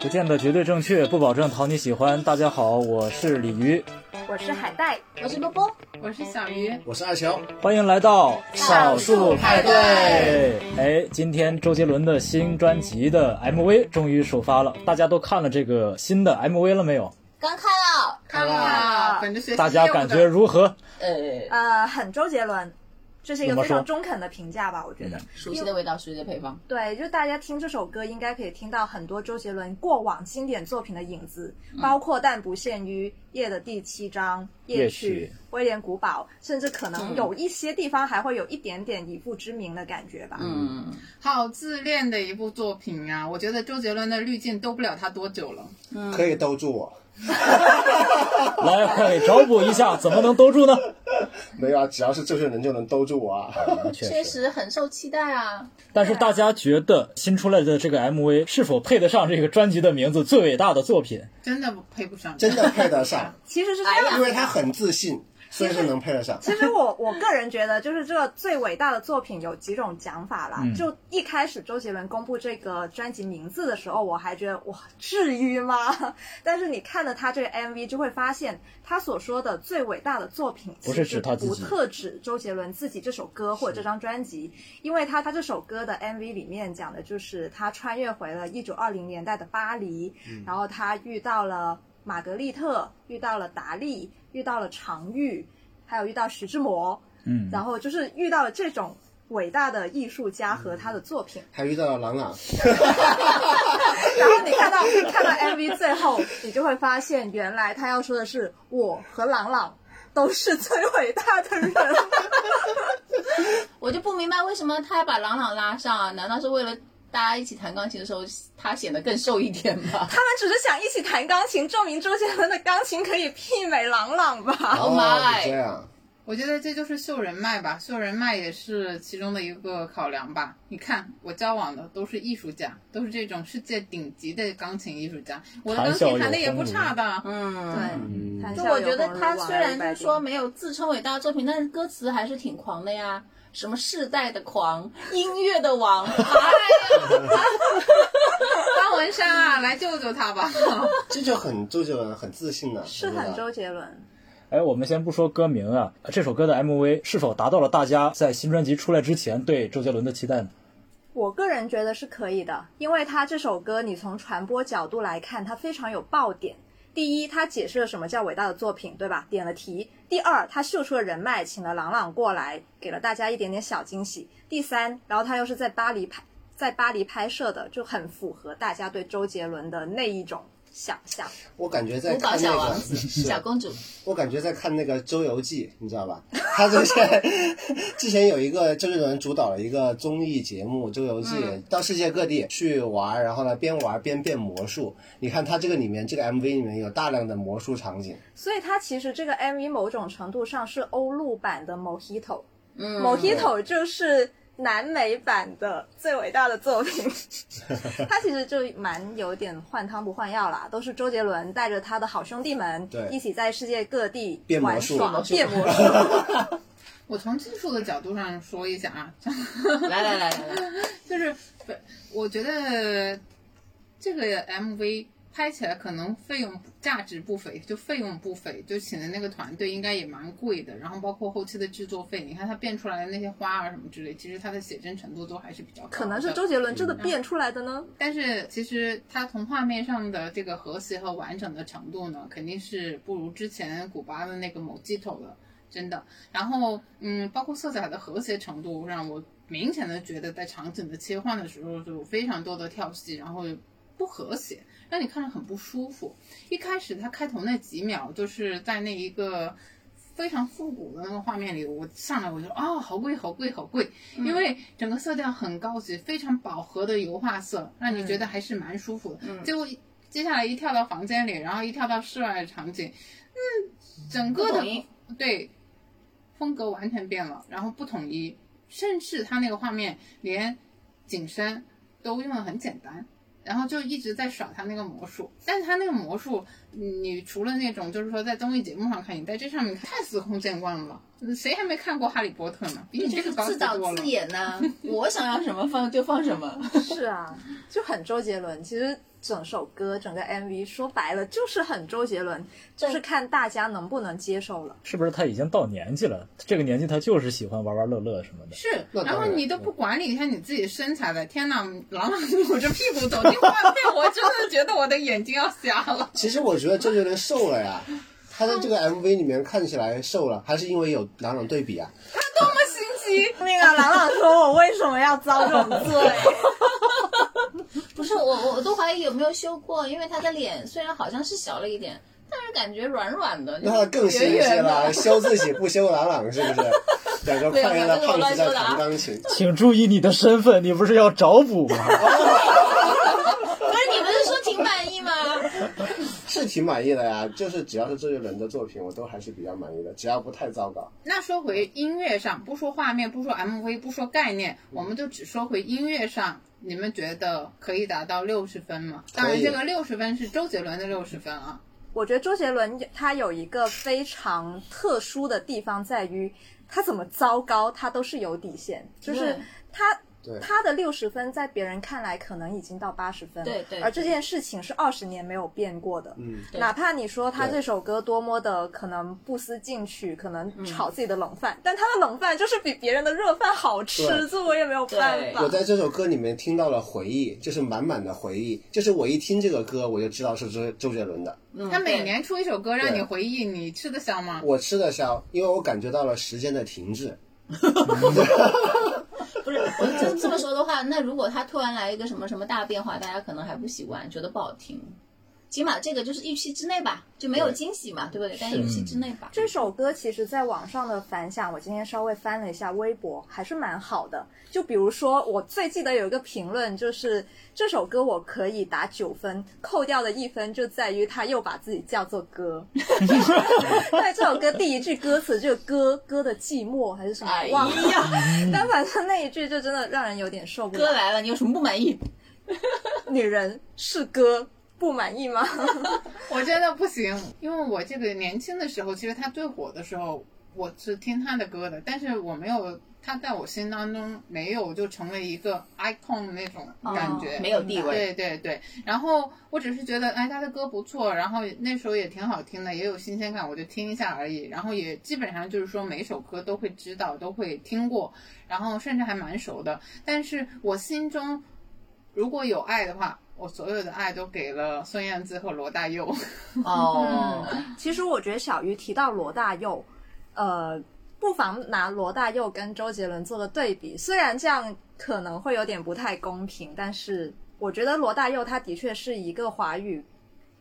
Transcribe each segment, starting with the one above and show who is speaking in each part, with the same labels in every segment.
Speaker 1: 不见得绝对正确，不保证讨你喜欢。大家好，我是鲤鱼，
Speaker 2: 我
Speaker 1: 嗯
Speaker 2: 是海带，
Speaker 3: 我是波波，
Speaker 4: 我是小鱼，
Speaker 5: 我是阿乔。
Speaker 1: 欢迎来到
Speaker 2: 少数派对。
Speaker 1: 哎，今天周杰伦的新专辑的 MV 终于首发了，大家都看了这个新的 MV 了没有？
Speaker 3: 刚看了，
Speaker 4: 看了，本着学习
Speaker 1: 大家
Speaker 4: 业务的
Speaker 1: 感觉如何？
Speaker 3: 呃，
Speaker 2: 呃，很周杰伦，这是一个
Speaker 1: 怎么
Speaker 2: 非常
Speaker 1: 说嗯
Speaker 2: 中肯的评价吧，我觉得。
Speaker 3: 熟悉的味道，熟悉的配方，
Speaker 2: 对，就大家听这首歌，应该可以听到很多周杰伦过往经典作品的影子，
Speaker 1: 嗯
Speaker 2: 包括但不限于《夜》的第七章、《
Speaker 1: 夜
Speaker 2: 夜
Speaker 1: 曲嗯
Speaker 2: 曲》、《威廉古堡》，甚至可能有一些地方还会有一点点以父之名的感觉吧。嗯，
Speaker 3: 嗯，
Speaker 4: 好自恋的一部作品啊！我觉得周杰伦的滤镜兜不了他多久了。
Speaker 3: 嗯
Speaker 5: 可以兜住我。
Speaker 1: 来，快找补一下，怎么能兜住呢？
Speaker 5: 没有啊，只要是这些人就能兜住我啊。
Speaker 3: 嗯确实很受期待啊。
Speaker 1: 但是大家觉得新出来的这个 MV 是否配得上这个专辑的名字《最伟大的作品》？
Speaker 4: 真的配不上，
Speaker 5: 真的配得上，
Speaker 2: 其实是这样
Speaker 5: 因为他很自信，所以说能配得上。
Speaker 2: 其实我我个人觉得，就是这个最伟大的作品有几种讲法啦。就一开始周杰伦公布这个专辑名字的时候，我还觉得哇，至于吗？ 但是你看了他这个 MV，就会发现他所说的最伟大的作品，
Speaker 1: 不是指他自己
Speaker 2: 不特指周杰伦自己这首歌或者这张专辑，因为他他这首歌的 MV 里面讲的就是他穿越回了一九二零年代的巴黎，
Speaker 1: 嗯
Speaker 2: 然后他遇到了玛格丽特，遇到了达利，遇到了常玉。还有遇到徐志摩，
Speaker 1: 嗯，
Speaker 2: 然后就是遇到了这种伟大的艺术家和他的作 品，
Speaker 5: 还遇到了朗啊朗，
Speaker 2: 然后你看到看到 MV 最后，你就会发现原来他要说的是我和朗朗都是最伟大的人，
Speaker 3: 我就不明白为什么他还把朗朗拉上啊？难道是为了大家一起弹钢琴的时候，他显得更瘦一点吗
Speaker 2: 他们只是想一起弹钢琴，证明周杰伦的钢琴可以媲美朗朗吧？
Speaker 3: ？Oh
Speaker 5: 哦，这
Speaker 3: my！
Speaker 5: 样，
Speaker 4: 我觉得这就是秀人脉吧，秀人脉也是其中的一个考量吧。你看，我交往的都是艺术家，都是这种世界顶级的钢琴艺术家，我的钢琴弹的也不差的。
Speaker 2: 对
Speaker 3: 嗯，，
Speaker 2: 谈
Speaker 3: 就
Speaker 2: 笑
Speaker 3: 我
Speaker 2: 有
Speaker 3: 觉得
Speaker 2: 鸿
Speaker 3: 他
Speaker 2: 儒
Speaker 3: 虽
Speaker 2: 啊
Speaker 3: 然
Speaker 2: 一百
Speaker 3: 是说
Speaker 2: 零
Speaker 3: 没有自称伟大的作品，但是歌词还是挺狂的呀。什么世代的 狂，音乐的王，哎
Speaker 4: 方文山啊，来救救他吧！
Speaker 5: 这就很周杰伦，很自信了。
Speaker 2: 是
Speaker 5: 我觉
Speaker 2: 很
Speaker 5: 得
Speaker 2: 周杰伦，
Speaker 1: 哎，我们先不说歌名啊，这首歌的 MV 是否达到了大家在新专辑出来之前对周杰伦的期待呢？
Speaker 2: 我个人觉得是可以的，因为他这首歌，你从传播角度来看，它非常有爆点。第一，他解释了什么叫伟大的作品，对吧？点了题。第二，他秀出了人脉，请了朗朗过来，给了大家一点点小惊喜。第三，然后他又是在巴黎拍，在巴黎拍摄的，就很符合大家对周杰伦的那一种想象。
Speaker 5: 我感觉在
Speaker 3: 舞蹈
Speaker 5: 看那
Speaker 3: 小王
Speaker 5: 个，
Speaker 3: 子，
Speaker 5: 是啊
Speaker 3: 小公主，
Speaker 5: 我感觉在看那个《周游记》，你知道吧？他之前 之前有一个周杰伦主导的一个综艺节目《周游记》，到世界各地去玩，然后呢边玩边变魔术。你看他这个里面，这个 MV 里面有大量的魔术场景，
Speaker 2: 所以它其实这个 MV 某种程度上是欧陆版的 Mojito，
Speaker 3: 嗯
Speaker 2: Mojito 就是南美版的最伟大的作 品，它其实就蛮有点换汤不换药啦，都是周杰伦带着他的好兄弟们
Speaker 5: 对
Speaker 2: 一起在世界各地
Speaker 5: 变魔
Speaker 2: 玩
Speaker 5: 术
Speaker 2: 耍、变魔术。
Speaker 4: 我从技术的角度上说一下啊，
Speaker 3: 来来来来来，
Speaker 4: 就是不，我觉得这个 MV 拍起来可能费用价值不菲，就费用不菲，就请的那个团队应该也蛮贵的，然后包括后期的制作费，你看它变出来的那些花啊什么之类，其实它的写真程度都还是比较高的。
Speaker 2: 可能是周杰
Speaker 5: 嗯
Speaker 2: 伦真的变出来的呢？
Speaker 4: 但是其实它从画面上的这个和谐和完整的程度呢，肯定是不如之前古巴的那个某鸡头的，真的。然后，嗯，包括色彩的和谐程度，让我明显的觉得在场景的切换的时候就有非常多的跳戏，然后不和谐，让你看着很不舒服。一开始它开头那几秒，就是在那一个。非常复古的那个画面里，我上来我就啊、好贵，好贵，好贵！因为整个色调很高级，非常饱和的油画色，让你觉得还是蛮舒服的。结果一接下来一跳到房间里，然后一跳到室外的场景，嗯，整个
Speaker 3: 不
Speaker 4: 的
Speaker 3: 统一
Speaker 4: 对风格完全变了，然后不统一，甚至它那个画面连景深都用的很简单。然后就一直在耍他那个魔术，但是他那个魔术，你除了那种就是说在综艺节目上看，你在这上面看太司空见惯了，嗯谁还没看过《哈利波特》呢？比你
Speaker 3: 就
Speaker 4: 这
Speaker 3: 是
Speaker 4: 个高级
Speaker 3: 自导
Speaker 4: 多了
Speaker 3: 自。演呐、 我想要什么放就放什么。
Speaker 2: 是啊，就很周杰伦。其实整首歌、整个 MV 说白了就是很周杰伦，就是看大家能不能接受了。
Speaker 1: 是不是他已经到年纪了？这个年纪他就是喜欢玩玩乐乐什么的。
Speaker 4: 是，
Speaker 5: 那当
Speaker 4: 然后
Speaker 5: 然嗯
Speaker 4: 你都不管理一下你自己身材的，天哪！朗朗扭着屁股走进画面，我真的觉得我的眼睛要瞎了。
Speaker 5: 其实我觉得周杰伦瘦了呀，他在这个 MV 里面看起来瘦了，还是因为有朗朗对比啊。
Speaker 4: 多么心 机！
Speaker 2: 救命啊！朗朗说：“我为什么要遭这种罪
Speaker 3: 不是我，我都怀疑有没有修过，因为他的脸虽然好像是小了一点，但是感觉软软的，
Speaker 5: 那更
Speaker 3: 圆
Speaker 5: 新一些
Speaker 3: 圆
Speaker 5: 了，
Speaker 3: 的。
Speaker 5: 修自己不修朗朗是不是？两个快乐的胖子在弹钢琴，
Speaker 1: 请注意你的身份，你不是要找补吗？
Speaker 3: 不是你不是说挺满意吗？
Speaker 5: 是挺满意的呀。就是只要是周杰伦的作品，我都还是比较满意的，只要不太糟糕。
Speaker 4: 那说回音乐上，不说画面，不说 MV，不说概念，我们就只说回音乐上，你们觉得可以达到六十分吗？当
Speaker 5: 可
Speaker 4: 然，
Speaker 5: 以
Speaker 4: 这个六十分是周杰伦的六十分啊。？”
Speaker 3: 嗯
Speaker 2: 我觉得周杰伦他有一个非常特殊的地方，在于他怎么糟糕，他都是有底线，就是
Speaker 3: 对
Speaker 2: 他。
Speaker 5: 对
Speaker 2: 他的六十分在别人看来可能已经到八十分了，
Speaker 3: 对对
Speaker 2: 而这件事情是二十年没有变过的，
Speaker 5: 嗯，
Speaker 3: 对
Speaker 2: 哪怕你说他
Speaker 5: 对
Speaker 2: 这首歌多么的可能不思进取，可能炒自己的冷饭，但他的冷饭就是比别人的热饭好吃，
Speaker 5: 对
Speaker 2: 这我也没有办
Speaker 5: 我
Speaker 2: 法。
Speaker 5: 在这首歌里面听到了回忆，就是满满的回忆。就是我一听这个歌，我就知道是周周杰伦的。
Speaker 3: 嗯
Speaker 4: 他每
Speaker 3: 对
Speaker 4: 年出一首歌让
Speaker 5: 对
Speaker 4: 你回忆，你吃得消吗？
Speaker 5: 我吃得消，因为我感觉到了时间的停滞。
Speaker 3: 不是我这这么说的话，那如果他突然来一个什么什么大变化，大家可能还不习惯，觉得不好听。起码这个就是预期之内吧，就没有
Speaker 5: 对
Speaker 3: 惊喜嘛，对不对？但预期之内吧。
Speaker 2: 这首歌其实在网上的反响，我今天稍微翻了一下微博，还是蛮好的。就比如说，我最记得有一个评论，就是这首歌我可以打九分，扣掉的一分就在于他又把自己叫做歌。 在这首歌第一句歌词就歌歌的寂寞还是
Speaker 5: 嗯
Speaker 2: 什么
Speaker 3: 哎，
Speaker 2: 忘了。
Speaker 3: 呀，
Speaker 2: 但反正那一句就真的让人有点受不
Speaker 3: 哥
Speaker 2: 了。
Speaker 3: 来了，你有什么不满意？
Speaker 2: 女人是歌，不满意吗？
Speaker 4: 我真的不行，因为我这个年轻的时候，其实他最火的时候，我是听他的歌的，但是我没有他在我心当中没有就成为一个 icon 那种感觉，
Speaker 3: 哦没有地位
Speaker 4: 对对对，然后我只是觉得，哎，他的歌不错，然后那时候也挺好听的，也有新鲜感，我就听一下而已。然后也基本上就是说每首歌都会知道，都会听过，然后甚至还蛮熟的。但是我心中如果有爱的话，我所有的爱都给了孙燕姿和罗大佑。
Speaker 3: 哦，
Speaker 2: 其实我觉得小鱼提到罗大佑，呃，不妨拿罗大佑跟周杰伦做个对比，虽然这样可能会有点不太公平，但是我觉得罗大佑他的确是一个华语，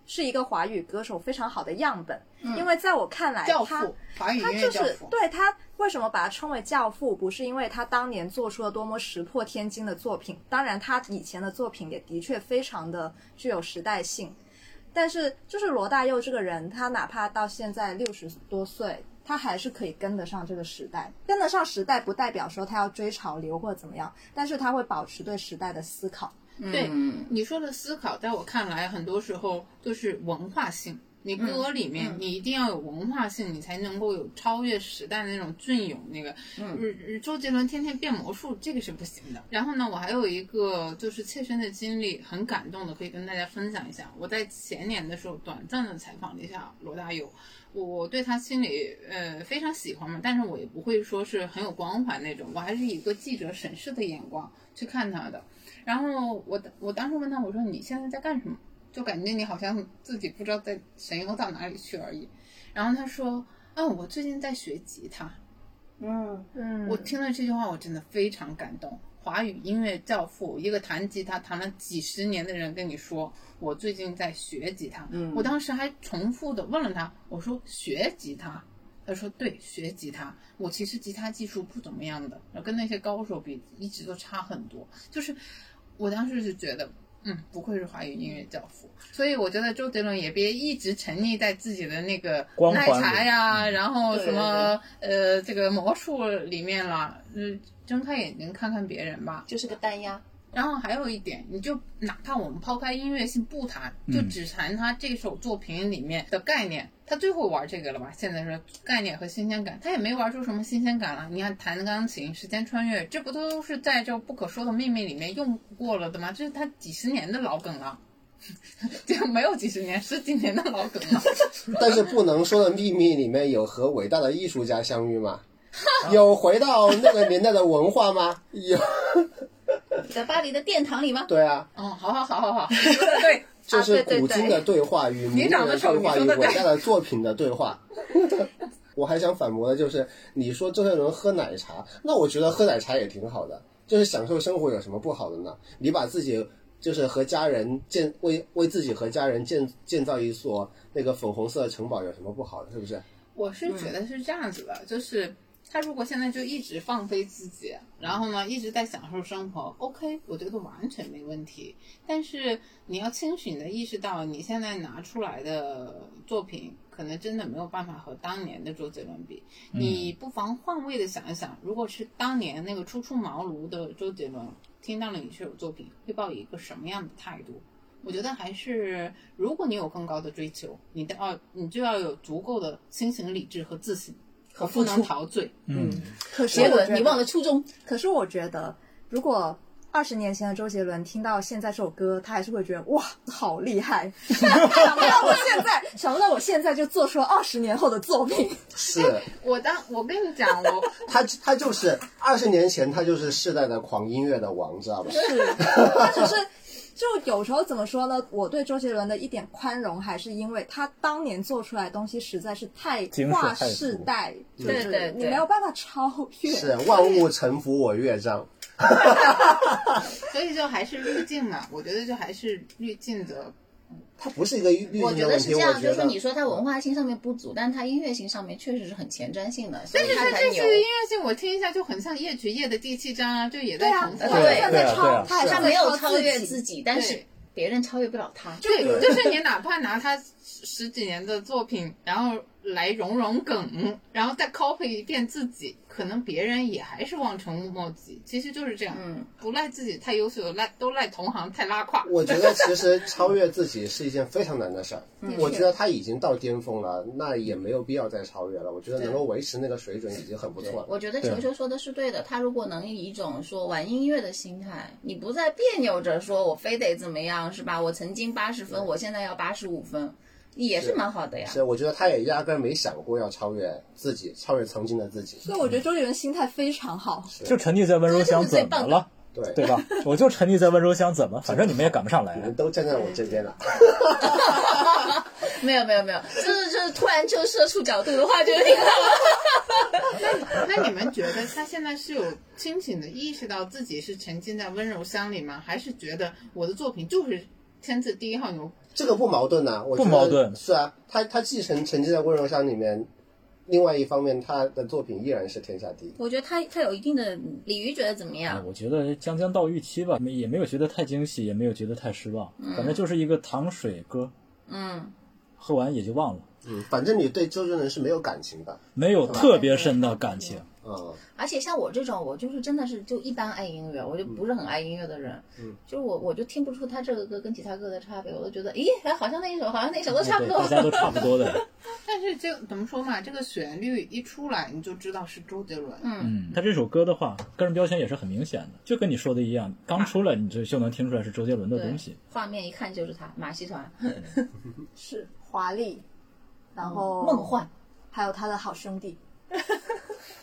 Speaker 2: 是一个华语歌手非常好的样本，因为在我看来，
Speaker 4: 嗯 教
Speaker 2: 哎他
Speaker 4: 父，华语
Speaker 2: 他
Speaker 4: 音乐
Speaker 2: 就
Speaker 4: 教
Speaker 2: 是
Speaker 4: 父。
Speaker 2: 对他为什么把他称为教父，不是因为他当年做出了多么石破天惊的作品，当然他以前的作品也的确非常的具有时代性，但是就是罗大佑这个人，他哪怕到现在六十多岁，他还是可以跟得上这个时代，跟得上时代不代表说他要追潮流或者怎么样，但是他会保持对时代的思考。
Speaker 4: 对
Speaker 3: 嗯
Speaker 4: 你说的思考，在我看来，很多时候就是文化性。你歌里面，你一定要有文化性，你才能够有超越时代的那种隽永。那个，嗯，周杰伦天天变魔术，这个是不行的。然后呢，我还有一个就是切身的经历，很感动的，可以跟大家分享一下。我在前年的时候短暂的采访了一下罗大佑，我对他心里呃非常喜欢嘛，但是我也不会说是很有光环那种，我还是以一个记者审视的眼光去看他的。然后我当我当时问他，我说你现在在干什么？就感觉你好像自己不知道在神游到哪里去而已。然后他说，啊，我最近在学吉他。
Speaker 3: 嗯，
Speaker 2: 嗯
Speaker 4: 我听了这句话，我真的非常感动。华语音乐教父，一个弹吉他弹了几十年的人跟你说，我最近在学吉他。
Speaker 3: 嗯
Speaker 4: 我当时还重复的问了他，我说学吉他，他说对，学吉他。我其实吉他技术不怎么样的，跟那些高手比，一直都差很多。就是我当时就觉得。嗯，不愧是华语音乐教父，所以我觉得周杰伦也别一直沉溺在自己的那个
Speaker 1: 光环
Speaker 4: 奶
Speaker 1: 里
Speaker 4: 茶呀，然后
Speaker 3: 对
Speaker 4: 什么呃这个魔术里面了，嗯，睁开眼睛看看别人吧。
Speaker 3: 就是个单压。
Speaker 4: 然后还有一点，你就哪怕我们抛开音乐性不谈，就
Speaker 1: 嗯
Speaker 4: 只谈他这首作品里面的概念，他最会玩这个了吧？现在是概念和新鲜感，他也没玩出什么新鲜感了。你看弹钢琴、时间穿越，这不都是在这《不可说的秘密》里面用过了的吗？这是他几十年的老梗了。 就没有几十年，十几年的老梗了。
Speaker 5: 但是不能说的秘密里面有和伟大的艺术家相遇吗？有回到那个年代的文化吗？有，
Speaker 3: 在巴黎的殿堂里吗？
Speaker 5: 对啊，
Speaker 4: 哦，好好好好好， 对，
Speaker 5: 就
Speaker 2: 啊
Speaker 5: 是
Speaker 2: 对对
Speaker 5: 古今的对话与名人的对话与伟大的作品的对话。 我还想反驳的就是，你说周杰伦喝奶茶，那我觉得喝奶茶也挺好的，就是享受生活有什么不好的呢？你把自己就是和家人建为为自己和家人建建造一所那个粉红色的城堡有什么不好的？是不是？
Speaker 4: 我是觉得是这样子的，就是他如果现在就一直放飞自己，然后呢一直在享受生活，OK，我觉得完全没问题。但是你要清醒的意识到，你现在拿出来的作品可能真的没有办法和当年的周杰伦比。你不妨换位的想一想，如果是当年那个初出茅庐的周杰伦听到了你这首作品，会抱以一个什么样的态度？我觉得还是，如果你有更高的追求，你的哦，你就要有足够的心情、理智和自信，
Speaker 5: 和
Speaker 4: 不
Speaker 5: 付
Speaker 4: 能
Speaker 5: 出
Speaker 4: 陶醉。
Speaker 1: 嗯，
Speaker 2: 可是
Speaker 3: 结
Speaker 2: 我
Speaker 3: 果
Speaker 2: 觉得
Speaker 3: 你忘了初衷，
Speaker 2: 可是我觉得，如果二十年前的周杰伦听到现在这首歌，他还是会觉得哇，好厉害！想不到我现在，想不到我现在就做出了二十年后的作品。
Speaker 5: 是。
Speaker 4: 我当我跟你讲，我
Speaker 5: 他他就是二十年前，他就是世代的狂音乐的王，知道吧？
Speaker 2: 他只是，就有时候怎么说呢？我对周杰伦的一点宽容，还是因为他当年做出来的东西实在是太
Speaker 1: 精
Speaker 2: 跨
Speaker 1: 彩太
Speaker 2: 世
Speaker 5: 足
Speaker 2: 代，就
Speaker 3: 对对
Speaker 2: 是你
Speaker 3: 对
Speaker 2: 没有办法超越。
Speaker 5: 是啊万物臣服我乐章，
Speaker 4: 所以就还是滤镜嘛，我觉得就还是滤镜的。
Speaker 5: 它不是一个滤镜
Speaker 3: 我觉
Speaker 5: 的
Speaker 3: 得
Speaker 5: 问
Speaker 3: 是
Speaker 5: 题。
Speaker 3: 这
Speaker 5: 我
Speaker 3: 样，就
Speaker 5: 觉
Speaker 3: 是说
Speaker 5: 得
Speaker 3: 你说他文化性上面不足，但他音乐性上面确实是很前瞻性的，所以
Speaker 4: 但
Speaker 3: 他
Speaker 4: 是它
Speaker 3: 才
Speaker 4: 这次
Speaker 3: 牛
Speaker 4: 的。音乐性，我听一下就很像夜曲夜的第七章啊，就也
Speaker 2: 对
Speaker 4: 在
Speaker 2: 啊，
Speaker 4: 重复
Speaker 2: 他
Speaker 4: 啊。
Speaker 3: 对
Speaker 2: 还是
Speaker 5: 对
Speaker 2: 在
Speaker 5: 啊
Speaker 2: 超，
Speaker 5: 对啊
Speaker 2: 他还是
Speaker 3: 他
Speaker 2: 在
Speaker 3: 没有
Speaker 2: 超
Speaker 3: 超越
Speaker 2: 自
Speaker 3: 自。己，但是别人超越不了他。
Speaker 4: 对，就是你哪怕拿他十几年的作品，然后来融融梗，然后再 copy 一遍自己，可能别人也还是望尘莫及。其实就是这样，
Speaker 3: 嗯，
Speaker 4: 不赖自己太优秀，赖都赖同行太拉胯。
Speaker 5: 我觉得其实超越自己是一件非常难的事儿。我觉得他已经到巅峰了，那也没有必要再超越了。我觉得能够维持那个水准已经很不
Speaker 3: 对
Speaker 5: 错，了。
Speaker 3: 我觉得球球说的是对的。他如果能以一种说玩音乐的心态，你不再别扭着说我非得怎么样，是吧？我曾经八十分，我现在要八十五分，也是
Speaker 5: 是
Speaker 3: 蛮好的呀。
Speaker 5: 是，我觉得他也压根儿没想过要超越自己，超越曾经的自己。
Speaker 2: 所以我觉得周杰伦心态非常好。
Speaker 1: 就沉溺在温柔乡怎么了？
Speaker 5: 对，
Speaker 1: 对吧？我就沉溺在温柔乡怎么？反正你们也赶不上来啊
Speaker 5: 你。们都站在我这边了。
Speaker 3: 没有没有没 有，就是就是突然就社畜角度的话，就挺好。
Speaker 4: 那你们觉得他现在是有清醒的意识到自己是沉浸在温柔乡里吗？还是觉得我的作品就是天字第一号牛？
Speaker 5: 这个不矛盾呐、我觉
Speaker 1: 不
Speaker 5: 得
Speaker 1: 矛盾
Speaker 5: 是啊，他他继承沉浸在温柔乡里面，另外一方面，他的作品依然是天下第一。
Speaker 3: 我觉得他他有一定的，鲤鱼觉得怎么样？
Speaker 1: 哎我觉得将将到预期吧，没也没有觉得太惊喜，也没有觉得太失望，反正就是一个糖水歌，
Speaker 3: 嗯，
Speaker 1: 喝完也就忘了，
Speaker 5: 嗯，反正你对周杰伦是没有感情的。
Speaker 1: 没有特别深的感情。
Speaker 5: 嗯，
Speaker 3: 而且像我这种，我就是真的是就一般爱音乐，我就不是很爱音乐的人，
Speaker 5: 嗯
Speaker 3: 就是我我就听不出他这个歌跟其他歌的差别，我都觉得，咦，哎好像那一首，好像那一首都差不
Speaker 1: 对，
Speaker 3: 多
Speaker 1: 大。家都差不多 的。
Speaker 4: 但是这怎么说嘛，这个旋律一出来，你就知道是周杰伦。
Speaker 3: 嗯，
Speaker 1: 嗯，他这首歌的话，个人标签也是很明显的，就跟你说的一样，刚出来你就就能听出来是周杰伦的
Speaker 3: 对
Speaker 1: 东西。，
Speaker 3: 画面一看就是他，马戏团，
Speaker 2: 是华丽，然后
Speaker 3: 哦梦，幻，
Speaker 2: 还有他的好兄弟。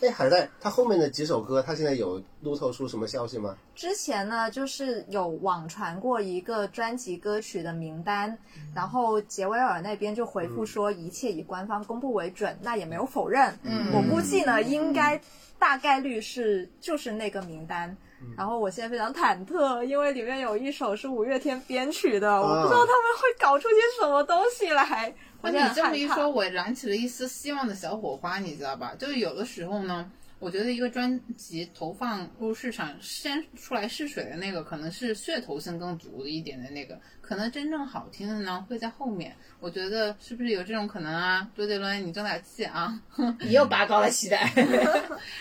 Speaker 5: 哎，海带，他后面的几首歌，他现在有路透出什么消息吗？
Speaker 2: 之前呢，就是有网传过一个专辑歌曲的名单，
Speaker 3: 嗯
Speaker 2: 然后杰威尔那边就回复说一切以官方公布为准，那也没有否认。
Speaker 3: 嗯
Speaker 2: 我估计呢，应该大概率是就是那个名单。
Speaker 3: 嗯
Speaker 2: 然后我现在非常忐忑，因为里面有一首是五月天编曲的，
Speaker 3: 啊
Speaker 2: 我不知道他们会搞出些什么东西来。我
Speaker 4: 那
Speaker 2: 现在
Speaker 4: 你这么
Speaker 2: 很
Speaker 4: 一
Speaker 2: 害怕
Speaker 4: 说，我燃起了一丝希望的小火花，你知道吧？就是有的时候呢，我觉得一个专辑投放入市场，先出来试水的那个，可能是噱头性更足一点的那个，可能真正好听的呢会在后面。我觉得是不是有这种可能啊？周杰伦，你争点气啊！
Speaker 3: 你又拔高了期待。
Speaker 4: 哎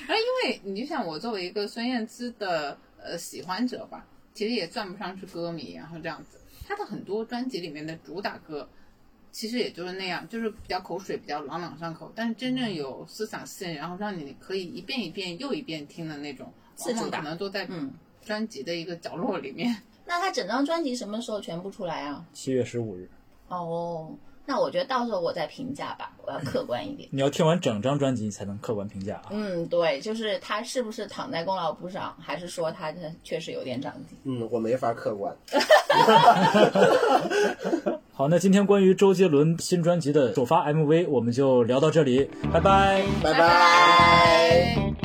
Speaker 4: 然后因为你就像我作为一个孙燕姿的呃喜欢者吧，其实也算不上是歌迷，然后这样子，他的很多专辑里面的主打歌，其实也就是那样，就是比较口水，比较朗朗上口，但是真正有思想性，然后让你可以一遍一遍又一遍听的那种，
Speaker 3: 是
Speaker 4: 往往
Speaker 3: 主打
Speaker 4: 可能都在
Speaker 3: 嗯，
Speaker 4: 专辑的一个角落里面。
Speaker 3: 那他整张专辑什么时候全部出来啊？
Speaker 1: 七月十五日，
Speaker 3: 哦，那我觉得到时候我再评价吧，我要客 观一点。
Speaker 1: 你要听完整张专辑你才能客观评价啊。
Speaker 3: 嗯，对，就是他是不是躺在功劳簿上，还是说他确实有点长进？
Speaker 5: 嗯，我没法客观。
Speaker 1: 好，那今天关于周杰伦新专辑的首发 MV 我们就聊到这里，拜拜。
Speaker 5: 拜拜
Speaker 4: 拜